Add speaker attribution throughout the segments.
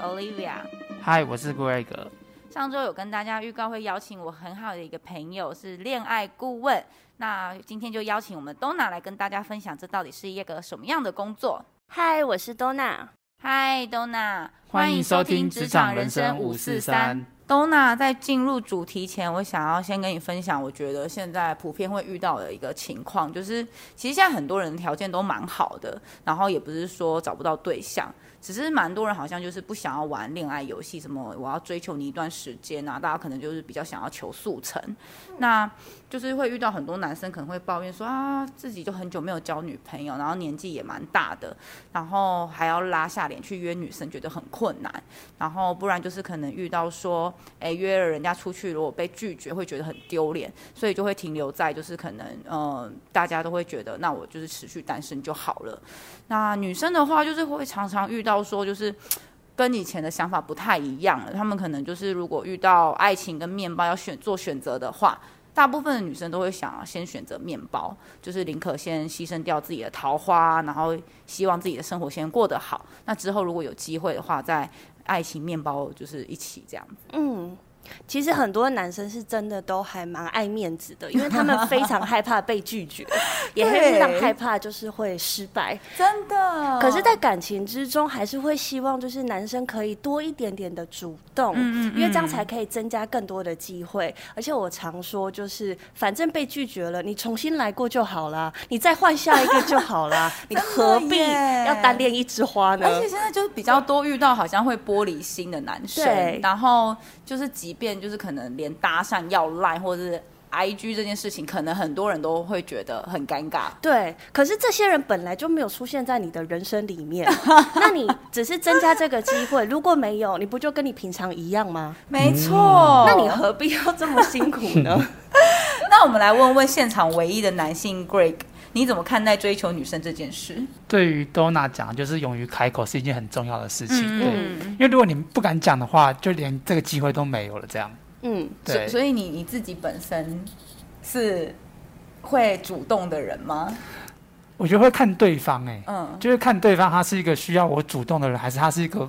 Speaker 1: Olivia。
Speaker 2: 嗨，我是 Greg。
Speaker 1: 上周有跟大家预告会邀请我很好的一个朋友是恋爱顾问，那今天就邀请我们 Donna 来跟大家分享这到底是一个什么样的工作。
Speaker 3: 嗨，我是 Donna。
Speaker 1: 嗨，Donna，
Speaker 2: 欢迎收听职场人生五四三。
Speaker 1: Donna，在进入主题前，我想要先跟你分享，我觉得现在普遍会遇到的一个情况，就是其实现在很多人条件都蛮好的，然后也不是说找不到对象，只是蛮多人好像就是不想要玩恋爱游戏，什么我要追求你一段时间啊，大家可能就是比较想要求速成，那就是会遇到很多男生可能会抱怨说啊，自己就很久没有交女朋友，然后年纪也蛮大的，然后还要拉下脸去约女生，觉得很困难，然后不然就是可能遇到说。哎，约了人家出去，如果被拒绝，会觉得很丢脸，所以就会停留在就是可能，呃，大家都会觉得，那我就是持续单身就好了。那女生的话，就是会常常遇到说，就是跟以前的想法不太一样了。她们可能就是如果遇到爱情跟面包要选做选择的话，大部分的女生都会想要先选择面包，就是宁可先牺牲掉自己的桃花，然后希望自己的生活先过得好。那之后如果有机会的话，再爱情面包就是一起这样子。
Speaker 3: 嗯，其实很多男生是真的都还蛮爱面子的，因为他们非常害怕被拒 绝，也非常害怕就是会失败。
Speaker 1: 真的。
Speaker 3: 可是，在感情之中，还是会希望就是男生可以多一点点的主动，
Speaker 1: 嗯嗯
Speaker 3: 因为这样才可以增加更多的机会。而且我常说，就是反正被拒绝了，你重新来过就好啦，你再换下一个就好啦，你何必
Speaker 1: 耶
Speaker 3: 要单恋一枝花呢？
Speaker 1: 而且现在就是比较多遇到好像会玻璃心的男生
Speaker 3: 对，
Speaker 1: 然后就是即便就是可能连搭讪要赖或者是 I G 这件事情，可能很多人都会觉得很尴尬。
Speaker 3: 对，可是这些人本来就没有出现在你的人生里面，那你只是增加这个机会，如果没有，你不就跟你平常一样吗？
Speaker 1: 没错，
Speaker 3: 那你何必要这么辛苦呢？
Speaker 1: 嗯那我们来问问现场唯一的男性 Greg，你怎么看待追求女生这件事？
Speaker 2: 对于 Donna 讲，就是勇于开口是一件很重要的事情。对，
Speaker 1: 嗯，
Speaker 2: 因为如果你不敢讲的话，就连这个机会都没有了。这样，
Speaker 3: 嗯，
Speaker 1: 所
Speaker 2: 对，
Speaker 1: 所以你你自己本身是会主动的人吗？
Speaker 2: 我觉得会看对方、哎、
Speaker 1: 嗯，
Speaker 2: 就是看对方他是一个需要我主动的人，还是他是一个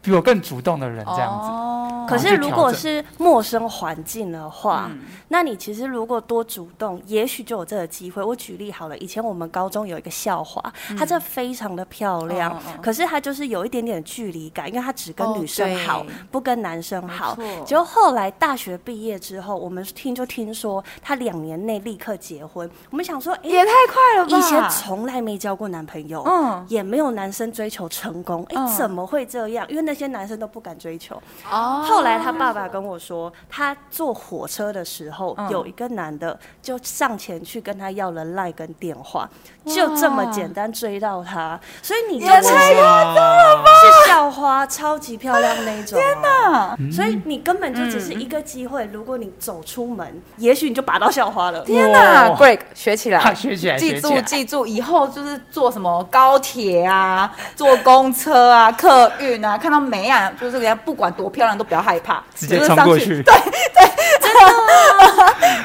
Speaker 2: 比我更主动的人这样子。
Speaker 1: 哦
Speaker 3: 可是如果是陌生环境的话，
Speaker 1: 嗯
Speaker 3: 那你其实如果多主动，也许就有这个机会。我举例好了，以前我们高中有一个校花，她
Speaker 1: 嗯
Speaker 3: 真的非常的漂亮，
Speaker 1: 哦哦
Speaker 3: 可是她就是有一点点距离感，因为她只跟
Speaker 1: 哦
Speaker 3: 女生好，
Speaker 1: 对
Speaker 3: 不跟男生好
Speaker 1: 没错。
Speaker 3: 结果后来大学毕业之后，我们听就听说她两年内立刻结婚，我们想说，哎、
Speaker 1: 也太快了吧！
Speaker 3: 以前从来没交过男朋友，
Speaker 1: 嗯
Speaker 3: 也没有男生追求成功，哎、
Speaker 1: 嗯
Speaker 3: 怎么会这样？因为那些男生都不敢追求。
Speaker 1: 哦
Speaker 3: 后来他爸爸跟我说，他坐火车的时候，
Speaker 1: 嗯
Speaker 3: 有一个男的就上前去跟他要了赖跟电话，就这么简单追到他。所以你就
Speaker 1: 也
Speaker 3: 是
Speaker 1: 太
Speaker 2: 夸张了吧！
Speaker 3: 是校花，超级漂亮那一种、天哪！
Speaker 1: 啊
Speaker 3: 所以你根本就只
Speaker 1: 嗯
Speaker 3: 是一个机会，如果你走出门，也许你就拔到校花了。
Speaker 1: 天哪
Speaker 2: 哇
Speaker 1: ，Greg 学起来，
Speaker 2: 学起来，
Speaker 1: 记
Speaker 2: 学起
Speaker 1: 住
Speaker 2: 来。
Speaker 1: 记住，以后就是坐什么高铁啊，坐公车啊，客运啊，看 到美啊，就是人家不管多漂亮都不要害怕，
Speaker 2: 直接
Speaker 1: 就是
Speaker 2: 冲
Speaker 1: 上
Speaker 2: 过
Speaker 1: 去，
Speaker 2: 去，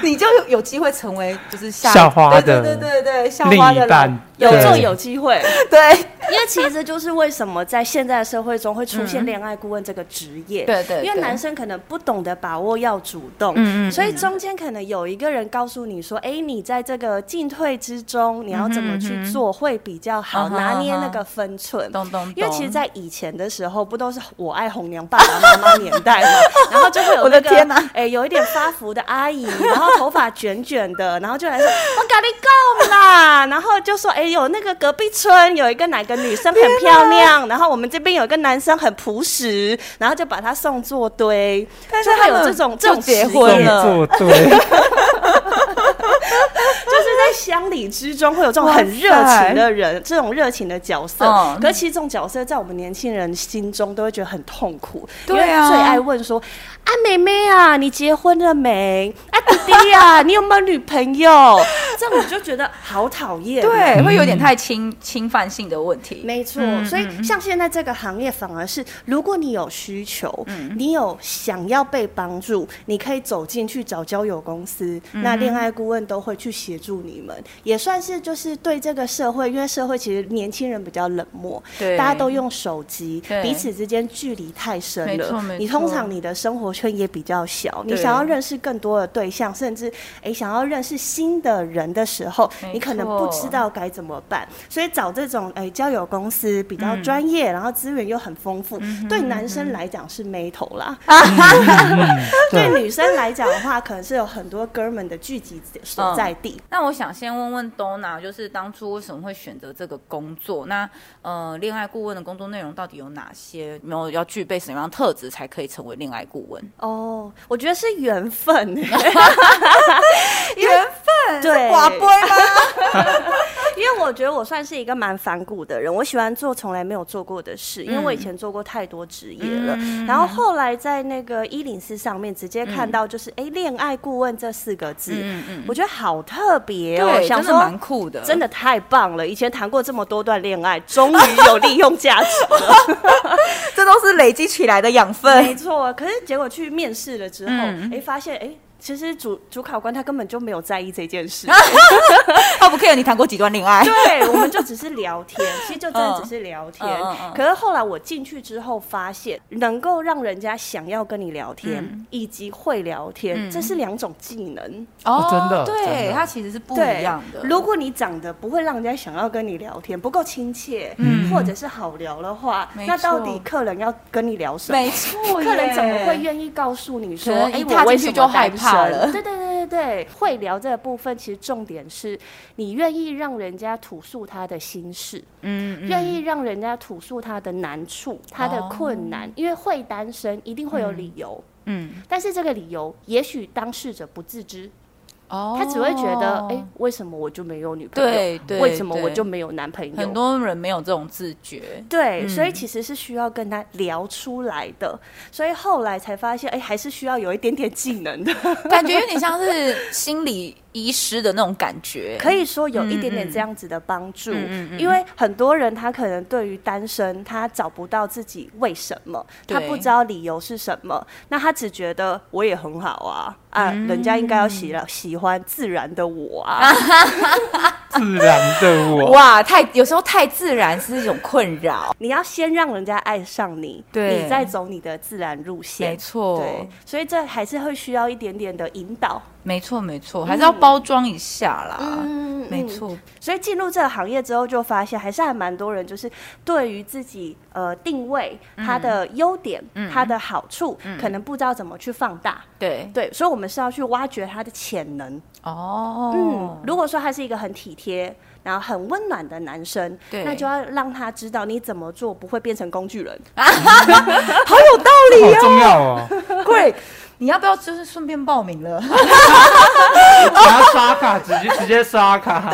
Speaker 1: 你就有机会成为就是下
Speaker 2: 校花
Speaker 1: 对
Speaker 2: 的
Speaker 1: 对对对对，校花
Speaker 2: 另
Speaker 1: 的
Speaker 2: 一半
Speaker 3: 有
Speaker 2: 对
Speaker 3: 做有机会，
Speaker 1: 对
Speaker 3: 因为其实就是为什么在现在的社会中会出现恋爱顾问这个职业。
Speaker 1: 嗯对对，
Speaker 3: 因为男生可能不懂得把握要主动，
Speaker 1: 嗯嗯嗯
Speaker 3: 所以中间可能有一个人告诉你说：“哎、你在这个进退之中，你要怎么
Speaker 1: 嗯哼嗯
Speaker 3: 去
Speaker 1: 哼
Speaker 3: 做会比较好，
Speaker 1: 啊哈
Speaker 3: 拿捏
Speaker 1: 啊哈
Speaker 3: 那个分寸。”
Speaker 1: 懂懂，
Speaker 3: 因为其实，
Speaker 1: 懂
Speaker 3: 在以前的时候，不都是我爱红娘爸爸妈妈年代 嘛，然后就会有
Speaker 1: 我的
Speaker 3: 那个
Speaker 1: 天哪
Speaker 3: 哎、有一点发福的阿姨，然后头发卷卷的，然后就来说我咖
Speaker 2: 嗯
Speaker 3: 喱够啦，然后就说哎、有那个隔壁村有一个哪个女生很漂亮，然后我们这边有一个男生很朴实，然后就把他送作堆，
Speaker 1: 但是
Speaker 3: 就会
Speaker 1: 他
Speaker 3: 有
Speaker 1: 们
Speaker 3: 这种这
Speaker 1: 就
Speaker 3: 种
Speaker 1: 结
Speaker 3: 职业
Speaker 1: 婚
Speaker 2: 动
Speaker 1: 了
Speaker 2: 作 对，
Speaker 3: 就是在乡里之中会有这种很热情的人，这种热情的角色。
Speaker 1: 嗯
Speaker 3: 可是其实这种角色在我们年轻人心中都会觉得很痛苦，
Speaker 1: 对啊
Speaker 3: 因为最爱问说：“啊，妹妹啊，你结婚了没？啊，弟弟啊，你有没有女朋友？这样我就觉得好讨厌。
Speaker 1: 对，会有点
Speaker 2: 嗯
Speaker 1: 太侵侵犯性的问题。
Speaker 3: 没错，
Speaker 1: 嗯
Speaker 3: 所
Speaker 1: 嗯
Speaker 3: 以
Speaker 1: 嗯
Speaker 3: 像现在这个行业，反而是如果你有需求，
Speaker 1: 嗯
Speaker 3: 你有想要被帮助，你可以走进去找交友公司，
Speaker 1: 嗯
Speaker 3: 那恋爱顾问都会去协助你们，也算是就是对这个社会，因为社会其实年轻人比较冷漠，
Speaker 1: 对
Speaker 3: 大家都用手机
Speaker 1: 对，
Speaker 3: 彼此之间距离太深
Speaker 1: 没错
Speaker 3: 了
Speaker 1: 没。
Speaker 3: 你通常你的生活圈也比较小，你
Speaker 1: 对
Speaker 3: 想要认识更多的对象，甚至诶想要认识新的人的时候
Speaker 1: 没，
Speaker 3: 你可能不
Speaker 1: 错
Speaker 3: 知道该怎么办，所以找这种诶交友公司比较专
Speaker 1: 嗯
Speaker 3: 业，然后资源又很丰富，对男生来讲是眉头 啦，
Speaker 2: 对
Speaker 3: 对女生来讲的话，可能是有很多哥们的聚集
Speaker 1: 嗯
Speaker 3: 所在地。
Speaker 1: 那我想先问问 Donna，就是当初为什么会选择这个工作？那呃，恋爱顾问的工作内容到底有哪些？有没有要具备什么样的特质才可以成为恋爱顾问？
Speaker 3: 哦，我觉得是缘 分，
Speaker 1: 缘 分
Speaker 3: 对
Speaker 1: 吗？
Speaker 3: 因为我觉得我算是一个蛮反骨的人，我喜欢做从来没有做过的事，因为我以前做过太多职业了。然后后来在那个一零四上面直接看到就是哎，诶恋、爱顾问这四个字，
Speaker 1: 嗯嗯，
Speaker 3: 我觉得好特别哦，
Speaker 1: 对，
Speaker 3: 想
Speaker 1: 真的
Speaker 3: 说
Speaker 1: 蛮酷的，
Speaker 3: 真的太棒了！以前谈过这么多段恋爱，终于有利用价 值了。
Speaker 1: 这都是累积起来的养
Speaker 3: 没
Speaker 1: 分。
Speaker 3: 错，可是结果去面试了之后，哎、发现哎、诶其实主主考官他根本就没有在意这件 事。
Speaker 1: 他不 care 你谈过几段恋 爱？
Speaker 3: 对，我们就只是聊天，其实就真的只是聊天。
Speaker 1: 嗯嗯嗯
Speaker 3: 可是后来我进去之后，发现能够让人家想要跟你聊天，
Speaker 1: 嗯
Speaker 3: 以及会聊天，这是两种技能。
Speaker 2: 哦真的真
Speaker 1: 对，
Speaker 2: 的
Speaker 1: 它其实是不
Speaker 3: 对
Speaker 1: 一样的。
Speaker 3: 如果你长得不会让人家想要跟你聊天，不够亲切，或者是好聊的话，
Speaker 1: 嗯没
Speaker 3: 那到
Speaker 1: 错
Speaker 3: 底客人要跟你聊什么？
Speaker 1: 没错耶，
Speaker 3: 客人怎么会愿意告诉你说，
Speaker 1: 可能
Speaker 3: 哎、
Speaker 1: 一踏
Speaker 3: 我为
Speaker 1: 进去
Speaker 3: 什
Speaker 1: 就
Speaker 3: 么
Speaker 1: 害
Speaker 3: 单
Speaker 1: 怕
Speaker 3: 身
Speaker 1: 了
Speaker 3: 对对对对对，会聊这个部分，其实重点是你愿意让人家吐诉他的心事，
Speaker 1: 嗯？嗯
Speaker 3: 愿、意让人家吐诉他的难处、他的困难，因为会单身一定会有理由。
Speaker 1: 哦嗯，
Speaker 3: 但是这个理由，也许当事者不自知，
Speaker 1: 哦
Speaker 3: 他只会觉得，哎、为什么我就没有女朋友？
Speaker 1: 对对，
Speaker 3: 为什么我
Speaker 1: 对
Speaker 3: 就没有男朋友？
Speaker 1: 很多人没有这种自觉？
Speaker 3: 对，所以
Speaker 1: 嗯
Speaker 3: 其实是需要跟他聊出来的，所以后来才发现，哎、还是需要有一点点技能的，
Speaker 1: 感觉有点像是心理医师的那种感觉。
Speaker 3: 可以说有一
Speaker 1: 嗯
Speaker 3: 点点
Speaker 1: 嗯
Speaker 3: 这样子的帮助，
Speaker 1: 嗯嗯嗯
Speaker 3: 因为很多人他可能对于单身，他找不到自己为什么，他
Speaker 1: 对
Speaker 3: 不知道理由是什么，那他只觉得我也很好啊，啊，
Speaker 1: 嗯
Speaker 3: 人家应该要喜喜欢自然的我啊，
Speaker 2: 自然的我，
Speaker 1: 哇，太有时候太自然是一种困扰。
Speaker 3: 你要先让人家爱上你，
Speaker 1: 对
Speaker 3: 你再走你的自然路线，
Speaker 1: 没错
Speaker 3: 对，所以这还是会需要一点点的引导。
Speaker 1: 没错，没错，还是要包装一下啦。
Speaker 3: 嗯
Speaker 1: 没。错，
Speaker 3: 所以进入这个行业之后，就发现还是还蛮多人就是对于自己呃定位它的优点、它的好处，可能不知道怎么去放大。
Speaker 1: 对，
Speaker 3: 对，所以我们是要去挖掘他的潜能。
Speaker 1: 哦
Speaker 3: 嗯，，如果说他是一个很体贴，然后很温暖的男生，
Speaker 1: 对
Speaker 3: 那就要让他知道你怎么做不会变成工具人。
Speaker 1: 好有道
Speaker 2: 这好重要哦！
Speaker 3: 嗯
Speaker 1: 理。贵，你要不要就是顺便报名 了？
Speaker 2: 我要刷卡，直接直接刷卡。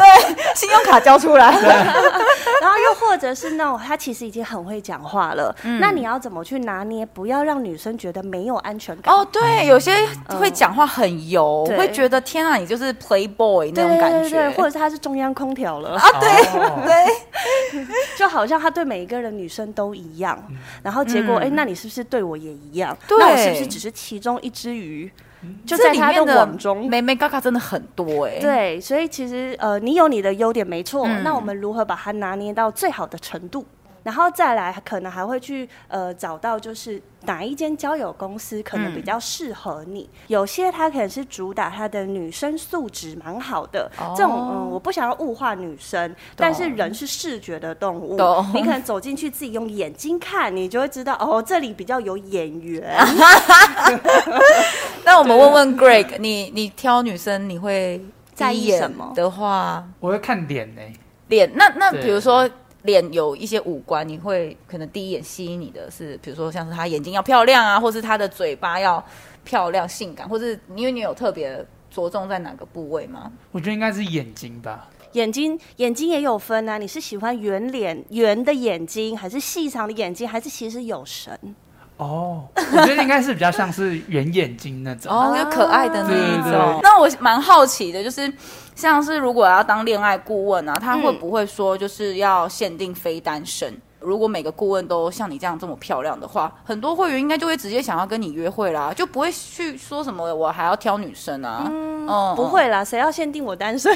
Speaker 1: 信用卡交出来。
Speaker 3: 然后又或者是那种他其实已经很会讲话了，那你要怎么去拿捏，不要让女生觉得没有安全 感？
Speaker 1: 哦，对，有些会讲话很油，
Speaker 3: 嗯对
Speaker 1: 会觉得天啊，你就是 playboy 那
Speaker 3: 对
Speaker 1: 种
Speaker 3: 对
Speaker 1: 感
Speaker 3: 对对
Speaker 1: 觉
Speaker 3: 对，。或者是他是中央空调了。
Speaker 1: 啊，对
Speaker 2: 哦
Speaker 1: 对，
Speaker 3: 就好像他对每一个人女生都一样，然后结果哎、诶那你是不是对我也一样？
Speaker 1: 嗯对
Speaker 3: 那我是不是只是其中一只鱼？就
Speaker 1: 这
Speaker 3: 在
Speaker 1: 里
Speaker 3: 他
Speaker 1: 面
Speaker 3: 的
Speaker 1: 的
Speaker 3: 网中。
Speaker 1: 妹妹嘎嘎真的很多哎。
Speaker 3: 对，所以其实呃，你有你的优点没错，那我们如何把它拿捏到最好的程度？然后再来，可能还会去呃找到就是哪一间交友公司可能比较适合你。有些它可能是主打它的女生素质蛮好的，这种嗯，我不想要物化女生，但是人是视觉的动物
Speaker 1: 懂，
Speaker 3: 你可能走进去自己用眼睛看，你就会知道哦，这里比较有眼缘。
Speaker 1: 那我们问问 Greg，你你挑女生你会
Speaker 3: 在
Speaker 1: 第一
Speaker 3: 意
Speaker 1: 眼
Speaker 3: 什么
Speaker 1: 的话，
Speaker 2: 我会看脸呢、欸
Speaker 1: 脸那那
Speaker 2: 对
Speaker 1: 比如说脸有一些五官，你会可能第一眼吸引你的是，比如说像是她眼睛要漂亮啊，或是她的嘴巴要漂亮性感，或是因为你有特别着重在哪个部位吗？
Speaker 2: 我觉得应该是眼睛吧。
Speaker 3: 眼睛眼睛也有分啊，你是喜欢圆脸圆的眼睛，还是细长的眼睛，还是其实有神？
Speaker 2: 哦，我觉得应该是比较像是圆眼睛那种。
Speaker 1: 哦，就可爱的那一
Speaker 2: 啊对对
Speaker 1: 种
Speaker 2: 对。
Speaker 1: 那我蛮好奇的，就是像是如果要当恋爱顾问啊，他会
Speaker 3: 嗯
Speaker 1: 不会说就是要限定非单身？如果每个顾问都像你这样这么漂亮的话，很多会员应该就会直接想要跟你约会啦，就不会去说什么我还要挑女生啊。嗯，
Speaker 3: 不会啦，谁要限定我单 身？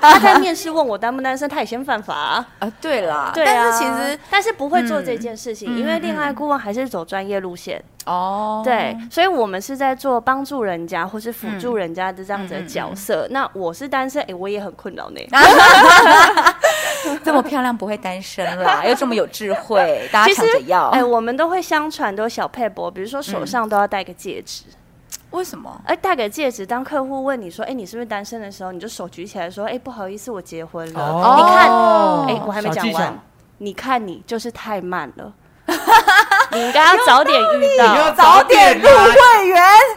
Speaker 3: 他在面试问我单不单身，他也先犯法啊、
Speaker 1: 啊，对啦，
Speaker 3: 对啊，
Speaker 1: 但是其实嗯
Speaker 3: 但是不会做这件事情，因为恋爱顾问还是走专业路线。
Speaker 1: 哦，
Speaker 3: 对，所以我们是在做帮助人家或是辅助人家的这样子
Speaker 1: 嗯
Speaker 3: 的角色。那我是单身，哎、我也很困扰呢。
Speaker 1: 这么漂亮不会单身啦，又这么有智慧，大
Speaker 3: 其
Speaker 1: 家
Speaker 3: 实
Speaker 1: 抢着，要。嗯
Speaker 3: 哎、我们都会相传都有小配博，比如说手上都要戴个戒指，
Speaker 1: 为什么？
Speaker 3: 而哎戴个戒指，当客户问你说，哎、你是不是单身的时候，你就手举起来说，哎、不好意思，我结婚了。
Speaker 2: 哦
Speaker 3: 你看，
Speaker 1: 哦
Speaker 3: 哎、我还没
Speaker 2: 小
Speaker 3: 讲
Speaker 2: 技
Speaker 3: 完
Speaker 2: 巧，
Speaker 3: 你看你就是太慢了。你应该要早点遇
Speaker 2: 你要
Speaker 3: 到，
Speaker 2: 早点入会。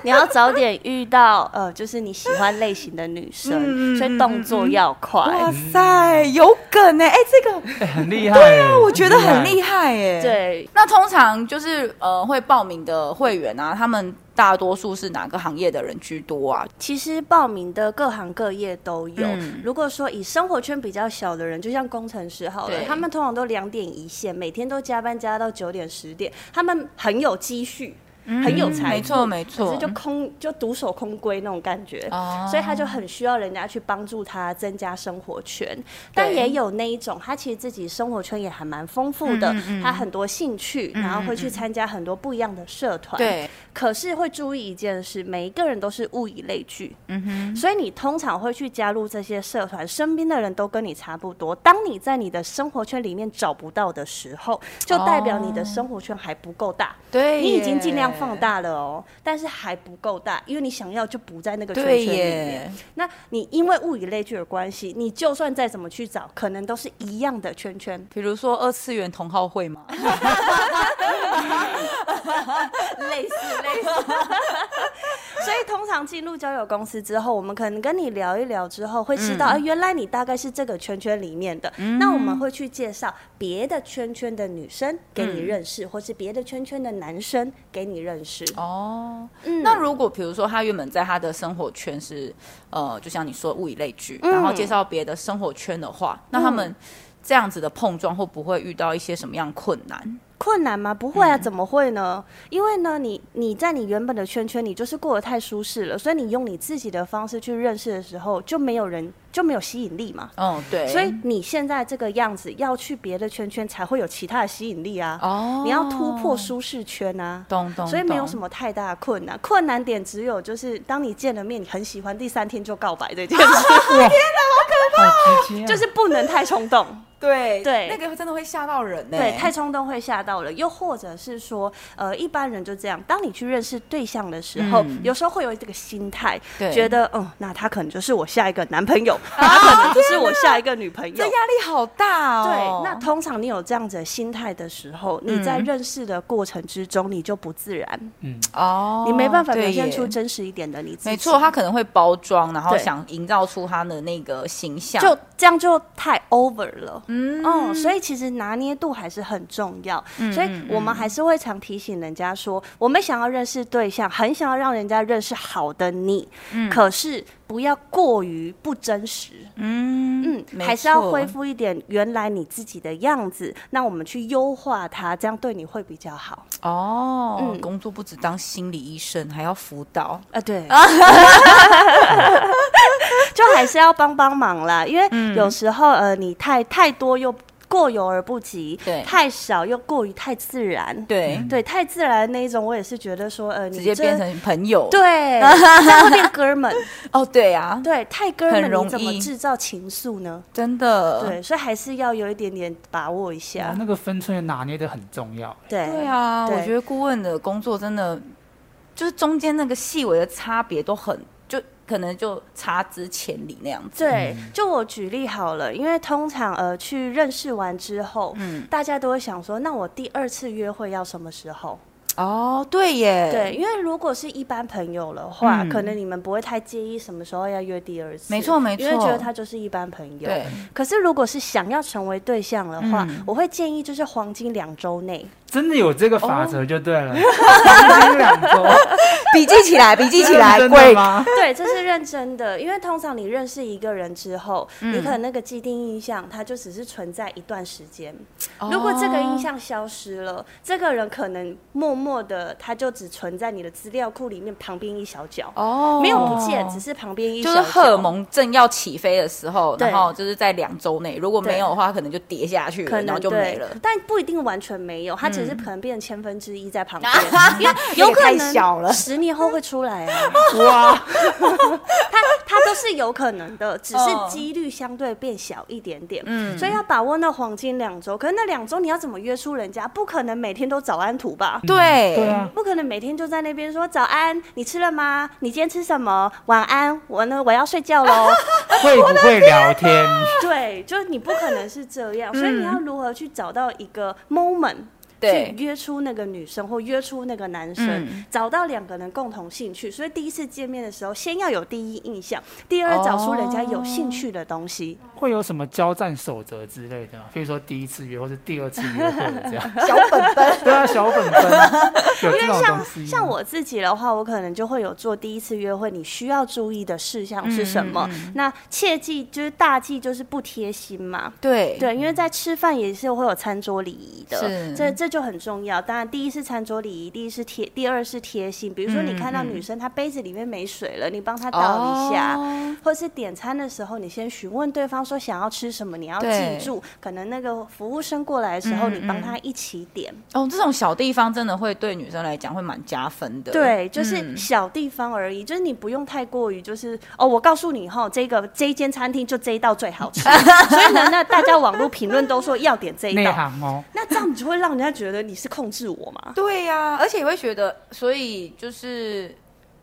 Speaker 3: 你要早点遇到，呃，就是你喜欢类型的女
Speaker 2: 嗯
Speaker 3: 生，所以动作要快。
Speaker 1: 塞，有梗
Speaker 3: 欸
Speaker 1: 呢！哎，这个
Speaker 2: 哎很厉害。对啊，
Speaker 1: 我觉得很厉害哎。。
Speaker 3: 对，
Speaker 1: 那通常就是呃会报名的会员啊，他们大多数是哪个行业的人居多啊？
Speaker 3: 其实报名的各行各业都有。
Speaker 1: 嗯
Speaker 3: 如果说以生活圈比较小的人，就像工程师好了
Speaker 1: 对，
Speaker 3: 他们通常都两点一线，每天都加班加到九点十点，他们很有积蓄，很有财
Speaker 1: 嗯没
Speaker 3: 富，
Speaker 1: 错没错
Speaker 3: 可是就空就独守空闺那种感觉。
Speaker 1: 哦
Speaker 3: 所以他就很需要人家去帮助他增加生活圈，但也有那一种，他其实自己生活圈也还蛮丰富
Speaker 1: 嗯
Speaker 3: 的，他很多兴趣，然后会去参加很多不一样的社团，
Speaker 1: 对，
Speaker 3: 可是会注意一件事，每一个人都是物以类聚，嗯哼，所以你通常会去加入这些社团，身边的人都跟你差不多。当你在你的生活圈里面找不到的时候，就代表你的生活圈还不够大，
Speaker 1: 哦对
Speaker 3: 你已经
Speaker 1: 耶
Speaker 3: 尽量放大了哦，但是还不够大，因为你想要就不在那个圈圈
Speaker 1: 对
Speaker 3: 里面
Speaker 1: 耶。，
Speaker 3: 那你因为物以类聚的关系，你就算再怎么去找，可能都是一样的圈圈。
Speaker 1: 比如说二次元同好会嘛，
Speaker 3: 类似类似。所以通常进入交友公司之后，我们可能跟你聊一聊之后，会知道，哎、原来你大概是这个圈圈里面的。那我们会去介绍别的圈圈的女生给你认识，或是别的圈圈的男生给你认识。
Speaker 1: 哦，
Speaker 3: 嗯
Speaker 1: 那如果比如说他原本在他的生活圈是呃，就像你说物以类聚，然后介绍别的生活圈的话，那他们这样子的碰撞会不会遇到一些什么样困难？
Speaker 3: 困难吗？不会啊，怎么会呢？因为呢，你你在你原本的圈圈，你就是过得太舒适了，所以你用你自己的方式去认识的时候，就没有人就没有吸引力嘛。
Speaker 1: 嗯，对，
Speaker 3: 所以你现在这个样子，要去别的圈圈才会有其他的吸引力啊。
Speaker 1: 哦，
Speaker 3: 你要突破舒适圈啊。
Speaker 1: 懂懂，
Speaker 3: 所以没有什
Speaker 1: 么
Speaker 3: 么太大的困难，困难点只有就是当你见了面，你很喜欢，第三天就告白这件
Speaker 1: 哦
Speaker 3: 事，
Speaker 2: 好直接啊，
Speaker 3: 就是不能太 冲动。
Speaker 1: 对
Speaker 3: 对
Speaker 1: 那个真的会吓到人呢、
Speaker 3: 对，太冲动会吓到了。又或者是说，呃，一般人就这样，当你去认识对象的时候，
Speaker 1: 嗯
Speaker 3: 有时候会有这个心态，
Speaker 1: 对
Speaker 3: 觉得嗯，那他可能就是我下一个男 朋友，他可能就是我下一个女朋友。
Speaker 1: 这压力好大哦嗯
Speaker 3: 对，。那通常你有这样子的心态的时候，你在认识的过程之中，你就不自然，
Speaker 2: 嗯，
Speaker 1: 哦，
Speaker 3: 你没办法表
Speaker 1: 对
Speaker 3: 现
Speaker 1: 耶
Speaker 3: 出真实一点的你自己。
Speaker 1: 没错，他可能会包装，然后
Speaker 3: 对
Speaker 1: 想营造出他的那个形象。
Speaker 3: 就这样就太 over 了。
Speaker 1: 嗯
Speaker 3: 嗯，所以其实拿捏度还是很重要，所以
Speaker 1: 嗯
Speaker 3: 我们还是会常提醒人家说，我们想要认识对象，很想要让人家认识好的你，可是不要过于不真实，
Speaker 1: 嗯
Speaker 3: 嗯，还是要恢。复一点原来你自己的样子，那我们去优化它，这样对你会比较好。
Speaker 1: 哦，
Speaker 3: 嗯
Speaker 1: 工作不只当心理医生，还要辅导。
Speaker 3: 啊，对， 就还是要帮帮忙啦，因为有时候呃，你太太多又过犹而不及，
Speaker 1: 嗯对
Speaker 3: 太少又过于太自然，
Speaker 1: 对，
Speaker 3: 对，太自然那一种，我也是觉得说，呃，你
Speaker 1: 直接
Speaker 3: 这
Speaker 1: 变成朋友。，
Speaker 3: 对，这样会变哥们，
Speaker 1: 哦，对啊，
Speaker 3: 对，太哥们，
Speaker 1: 很容易呃
Speaker 3: 你怎么制造情愫呢？
Speaker 1: 真的。，
Speaker 3: 对，所以还是要有一点点把握一
Speaker 2: 哇
Speaker 3: 下，
Speaker 2: 那个分寸拿捏的很重要。
Speaker 3: 对，
Speaker 1: 嗯对啊，
Speaker 3: 对
Speaker 1: 我觉得顾问的工作真的就是中间那个细微的差别都很，就可能就差之千里那样子。
Speaker 3: 对，就我举例好了，因为通常呃去认识完之后，
Speaker 1: 嗯
Speaker 3: 大家都会想说，那我第二次约会要什么时候？
Speaker 1: 哦，对耶，
Speaker 3: 对，，因为如果是一般朋友的话，
Speaker 1: 嗯
Speaker 3: 可能你们不会太介意什么时候要约第二次，
Speaker 1: 没错没
Speaker 3: 因为觉
Speaker 1: 错
Speaker 3: 得他就是一般朋友。
Speaker 1: 对，
Speaker 3: 可是如果是想要成为对象的话，
Speaker 1: 嗯
Speaker 3: 我会建议就是黄金两周内，
Speaker 2: 真的有这个法则就对了，黄金两周，
Speaker 4: 笔记起来，笔记起 来，
Speaker 2: 真的
Speaker 4: 贵
Speaker 2: 吗？
Speaker 3: 对，这是认真的，因为通常你认识一个人之后，
Speaker 1: 嗯
Speaker 3: 你可能那个既定印象，它就只是存在一段时间。
Speaker 1: 哦
Speaker 3: 如果这个印象消失了，这个人可能默默的，他就只存在你的资料库里面旁边一小角，
Speaker 4: 哦
Speaker 3: 没有不见，只是旁边一小
Speaker 1: 就
Speaker 3: 角。
Speaker 1: 是荷尔蒙正要起飞的时候，
Speaker 3: 对
Speaker 1: 然后就是在两周内，如果没有的话，可能就嗯跌下去
Speaker 3: 可
Speaker 1: 了，然
Speaker 3: 能
Speaker 1: 后就没了
Speaker 3: 对。但不一定完全没有，它只是可能变成千分之一在 旁边，因为
Speaker 1: 有
Speaker 3: 嗯有
Speaker 1: 可
Speaker 3: 可
Speaker 1: 能
Speaker 3: 能十年后会出 来啊。
Speaker 2: 哇，
Speaker 3: 它它都是有可能的，只是几率相对变小一点点。嗯，所以要把握那黄金两周。可是那两周你要怎么约出人家？不可能每天都早安图吧？
Speaker 1: 对
Speaker 2: 对啊，
Speaker 3: 不可能每天就在那边说早安，你吃了吗？你今天吃什么？晚安，我呢我要睡觉喽。
Speaker 2: 会不会聊天？
Speaker 3: 对，就是你不可能是这样，
Speaker 2: 嗯
Speaker 3: 所以你要如何去找到一个 moment？
Speaker 1: 对
Speaker 3: 去约出那个女生或约出那个男生，
Speaker 1: 嗯
Speaker 3: 找到两个人共同兴趣。所以第一次见面的时候，先要有第一印象，第二找出人家有兴趣的东西。
Speaker 2: 会有什么交战守则之类的吗？比如说第一次约或者第二次约会这样？
Speaker 4: 小本本。
Speaker 2: 对啊，小本本有这种东西吗。
Speaker 3: 像我自己的话，我可能就会有做第一次约会你需要注意的事项是什
Speaker 2: 嗯
Speaker 3: 么。那切记就是大忌就是不贴心嘛。
Speaker 1: 对
Speaker 3: 对，因为在吃饭也是会有餐桌礼仪的
Speaker 1: 嗯是，
Speaker 3: 这这就很重要。当然，第一是餐桌礼仪，第一是贴，第二是贴心。比如说，
Speaker 1: 嗯
Speaker 3: 你看到女生她杯子里面没水了，你帮她倒一下，
Speaker 1: 哦
Speaker 3: 或是点餐的时候，你先询问对方说想要吃什么，你要
Speaker 1: 对
Speaker 3: 记住，可能那个服务生过来的时候，
Speaker 1: 嗯
Speaker 3: 你帮他一起点。
Speaker 1: 哦，这种小地方真的会对女生来讲会蛮加分的。
Speaker 3: 对，就是
Speaker 1: 嗯
Speaker 3: 小地方而已，就是你不用太过于就是哦，我告诉你哈，这个这一间餐厅就这一道最好吃， 所以呢，那大家网络评论都说要点这一
Speaker 2: 内
Speaker 3: 道。
Speaker 2: 行哦，
Speaker 3: 那这样你就会让人家觉得你是控制我嘛？
Speaker 1: 对呀、而且也会觉得，所以就是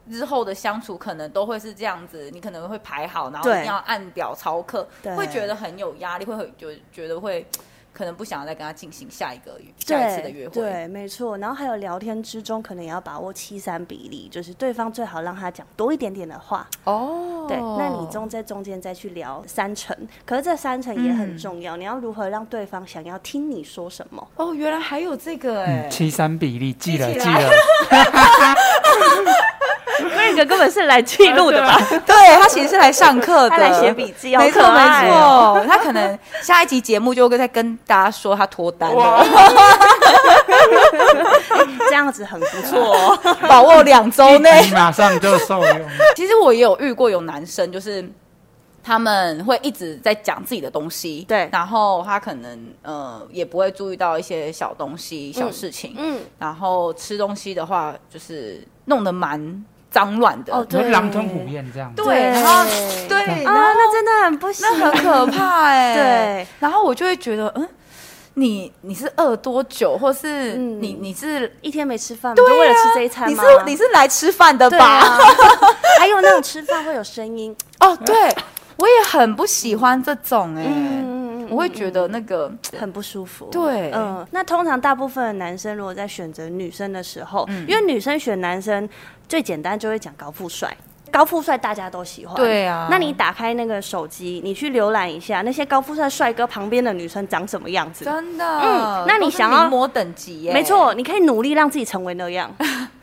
Speaker 1: 日后的相处可能都会是这样子，你可能会排好，然后一
Speaker 3: 对
Speaker 1: 定要按表操课
Speaker 3: 对，
Speaker 1: 会觉得很有压力，会很就觉得会可能不想要再跟他进行下一个下一次的约
Speaker 3: 对
Speaker 1: 会。
Speaker 3: 对，没错。然后还有聊天之中，可能也要把握七三比例，就是对方最好让他讲多一点点的话。
Speaker 1: 哦
Speaker 3: 对，那你中在中间再去聊三成，可是这三成也很重要，你要如何让对方想要听你说什么？
Speaker 1: 哦，原来还有这个哎、
Speaker 2: 嗯，七三比例记了
Speaker 1: 记
Speaker 2: 记
Speaker 1: 起来
Speaker 2: 了，
Speaker 3: 瑞哥根本是来记录的吧？
Speaker 1: 对他其实是来上课的，
Speaker 3: 他来写笔 记，好
Speaker 1: 没
Speaker 3: 可
Speaker 1: 错没
Speaker 3: 爱哦。
Speaker 1: 错，他可能下一集节目就会再跟大家说他脱单了，
Speaker 3: 这样子很不错哦。
Speaker 1: 把握两周内。
Speaker 2: 你马上就受 用。
Speaker 1: 其实我也有遇过有男生，就是他们会一直在讲自己的东西，
Speaker 3: 对
Speaker 1: 然后他可能呃也不会注意到一些小东西、小事情，
Speaker 3: 嗯，
Speaker 1: 然后吃东西的话就是弄得蛮脏乱的，
Speaker 3: 哦
Speaker 2: 你说
Speaker 3: 对
Speaker 2: 狼吞虎咽这样，
Speaker 1: 对，然后
Speaker 3: 对
Speaker 1: 对，然后
Speaker 3: 啊，那真的很不行，
Speaker 1: 那很可怕哎、
Speaker 3: 对，
Speaker 1: 然后我就会觉得嗯。你你是饿多久，或是
Speaker 3: 嗯
Speaker 1: 你、你是
Speaker 3: 一天没吃饭，就为了吃这一餐
Speaker 1: 你是
Speaker 3: 吗？
Speaker 1: 你是来吃饭的
Speaker 3: 对
Speaker 1: 吧？
Speaker 3: 啊，还有那种吃饭会有声音，
Speaker 1: 哦，对，我也很不喜欢这种哎、
Speaker 3: 嗯嗯嗯嗯嗯
Speaker 1: 我会觉得那个
Speaker 3: 很不舒服。
Speaker 1: 对
Speaker 3: 嗯，那通常大部分的男生如果在选择女生的时候，
Speaker 1: 嗯
Speaker 3: 因为女生选男生最简单就会讲高富帅。高富帅大家都喜欢，
Speaker 1: 对啊
Speaker 3: 那你打开那个手机，你去浏览一下那些高富帅帅哥旁边的女生长什么样子。
Speaker 1: 真的，
Speaker 3: 嗯那你
Speaker 1: 都是
Speaker 3: 想要
Speaker 1: 名模等级耶、
Speaker 3: 没，错，你可以努力让自己成为那 样。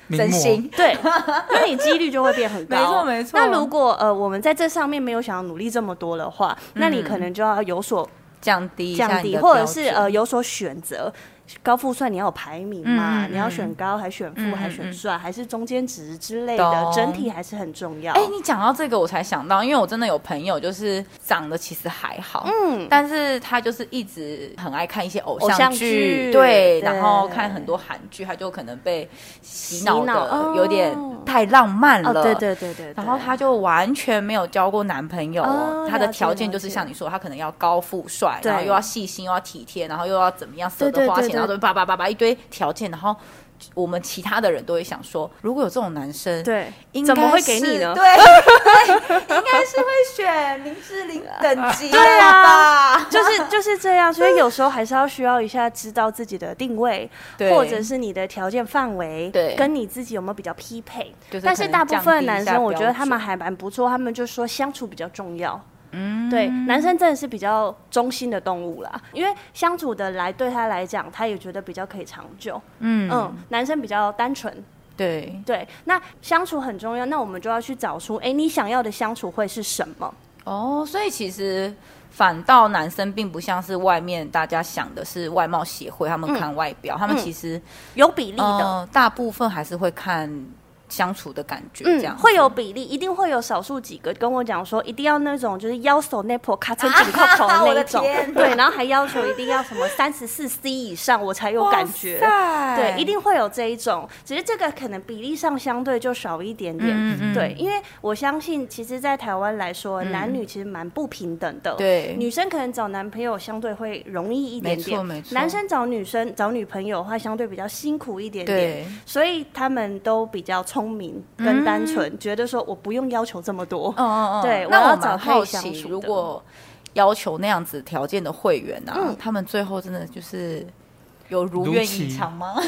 Speaker 2: 名
Speaker 1: 真
Speaker 2: 模
Speaker 1: 心
Speaker 3: 对，那你几率就会变很高。
Speaker 1: 没错没错
Speaker 3: 那如果呃我们在这上面没有想要努力这么多的话，
Speaker 1: 嗯
Speaker 3: 那你可能就要有所
Speaker 1: 降低一下
Speaker 3: 降
Speaker 1: 你
Speaker 3: 低，
Speaker 1: 的
Speaker 3: 或者
Speaker 1: 标
Speaker 3: 是
Speaker 1: 准
Speaker 3: 呃有所选择。高富帅你要有排名嘛，
Speaker 1: 嗯嗯
Speaker 3: 你要选高还选富、
Speaker 1: 嗯嗯
Speaker 3: 还选帅还是中间值之类的
Speaker 1: 懂，
Speaker 3: 整体还是很重要。
Speaker 1: 哎、你讲到这个，我才想到，因为我真的有朋友，就是长得其实还好，嗯，但是他就是一直很爱看一些偶
Speaker 3: 偶像
Speaker 1: 剧，
Speaker 3: 剧
Speaker 1: 对，
Speaker 3: 对
Speaker 1: 然后看很多韩剧，他就可能被洗脑
Speaker 3: 洗脑
Speaker 1: 的
Speaker 3: 哦
Speaker 1: 有点太浪漫了，
Speaker 3: 哦，对对对对对
Speaker 1: 然后她就完全没有交过男朋友哦，
Speaker 3: 哦
Speaker 1: 她的
Speaker 3: 了解
Speaker 1: 条件
Speaker 3: 了
Speaker 1: 就是
Speaker 3: 解
Speaker 1: 像你说，她可能要高富帅，
Speaker 3: 对
Speaker 1: 然后又要细心，又要体贴，然后又要怎么样舍
Speaker 3: 对
Speaker 1: 得
Speaker 3: 对
Speaker 1: 花
Speaker 3: 对
Speaker 1: 钱，
Speaker 3: 对
Speaker 1: 然后叭叭叭叭一堆条件，然后我们其他的人都会想说，如果有这种男生，，
Speaker 3: 对，
Speaker 1: 应该
Speaker 3: 怎么会给你
Speaker 1: 是啊
Speaker 3: 呢？
Speaker 1: 对， 对应该是会选林志玲等级对啊，
Speaker 3: 就是就是这样，所以有时候还是要需要一下知道自己的定位，
Speaker 1: 对
Speaker 3: 或者是你的条件范围，
Speaker 1: 对
Speaker 3: 跟你自己有没有比较匹配。
Speaker 1: 就是
Speaker 3: 但是
Speaker 1: 可能
Speaker 3: 大部
Speaker 1: 降低
Speaker 3: 分
Speaker 1: 一
Speaker 3: 的男
Speaker 1: 下
Speaker 3: 生，我
Speaker 1: 标
Speaker 3: 觉得他
Speaker 1: 准
Speaker 3: 们还蛮不错，他们就说相处比较重要。嗯，对，男生真的是比较中性的动物啦，因为相处的来对他来讲，他也觉得比较可以长久。
Speaker 1: 嗯
Speaker 3: 嗯，男生比较单纯，
Speaker 1: 对，
Speaker 3: 对，那相处很重要，那我们就要去找出，哎、你想要的相处会是什么？
Speaker 1: 哦，所以其实反倒男生并不像是外面大家想的是外貌协会，他
Speaker 3: 嗯
Speaker 1: 们看外表，他们其实、
Speaker 3: 有比例的，
Speaker 1: 呃大部分还是会看相处的感觉，这
Speaker 3: 嗯，
Speaker 1: 样、
Speaker 3: 会有比例，一定会有少数几个跟我讲说，一定要那种就是腰手内破卡成紧扣口的
Speaker 4: 我
Speaker 3: 那
Speaker 4: 的
Speaker 3: 一种，
Speaker 4: 天
Speaker 3: 对，然后还要求一定要什么三十四 C 以上我才有感觉，对，一定会有这一种，只是这个可能比例上相对就少一点点。
Speaker 1: 嗯嗯
Speaker 3: 对，因为我相信，其实，在台湾来说，男女其实蛮不平等的。
Speaker 1: 对
Speaker 3: 女生可能找男朋友相对会容易一
Speaker 1: 没
Speaker 3: 点
Speaker 1: 错
Speaker 3: 点，
Speaker 1: 没错
Speaker 3: 男生找女生找女朋友的话，相对比较辛苦一点点。
Speaker 1: 对，
Speaker 3: 所以他们都比较聪明跟单纯，觉得说我不用要求这么多。
Speaker 1: 嗯嗯嗯，
Speaker 3: 对我
Speaker 1: 那
Speaker 3: 要
Speaker 1: 我
Speaker 3: 找
Speaker 1: 蛮
Speaker 3: 可以
Speaker 1: 好
Speaker 3: 相
Speaker 1: 奇，
Speaker 3: 处
Speaker 1: 如
Speaker 3: 的
Speaker 1: 果要求那样子条件的会员啊，
Speaker 3: 嗯
Speaker 1: 他们最后真的就是有如
Speaker 2: 如
Speaker 1: 愿
Speaker 2: 期
Speaker 1: 以偿吗？
Speaker 3: 嗯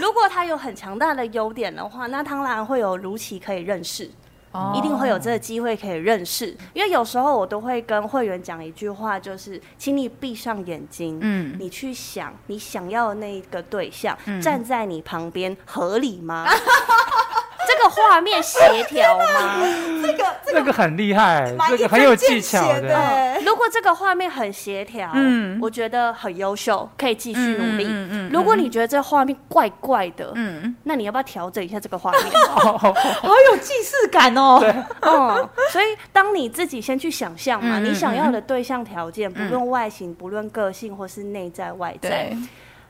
Speaker 3: 如果他有很强大的优点的话，那当然会有如期可以认识。
Speaker 1: 哦
Speaker 3: 一定会有这个机会可以认识。因为有时候我都会跟会员讲一句话，就是请你闭上眼睛，
Speaker 1: 嗯
Speaker 3: 你去想你想要的那一个对象、站在你旁边合 理吗？这个画面协调吗？
Speaker 4: 这个这
Speaker 2: 这个很厉害，
Speaker 4: 蛮
Speaker 2: 这个
Speaker 4: 一
Speaker 2: 很
Speaker 4: 针
Speaker 2: 有
Speaker 4: 见
Speaker 2: 技巧
Speaker 4: 血的
Speaker 2: 的。
Speaker 3: 如果这个画面很协调，
Speaker 1: 哎嗯
Speaker 3: 我觉得很优秀，可以继续努力。
Speaker 1: 嗯嗯嗯嗯
Speaker 3: 如果你觉得这画面怪怪的，
Speaker 1: 嗯，
Speaker 3: 那你要不要调整一下这个画 面？
Speaker 4: 好有既视感哦。
Speaker 3: 哦，所以当你自己先去想象嘛，
Speaker 1: 嗯嗯嗯
Speaker 3: 你想要的对象条件，不论外形、不论个性或是内在外在
Speaker 1: 对，，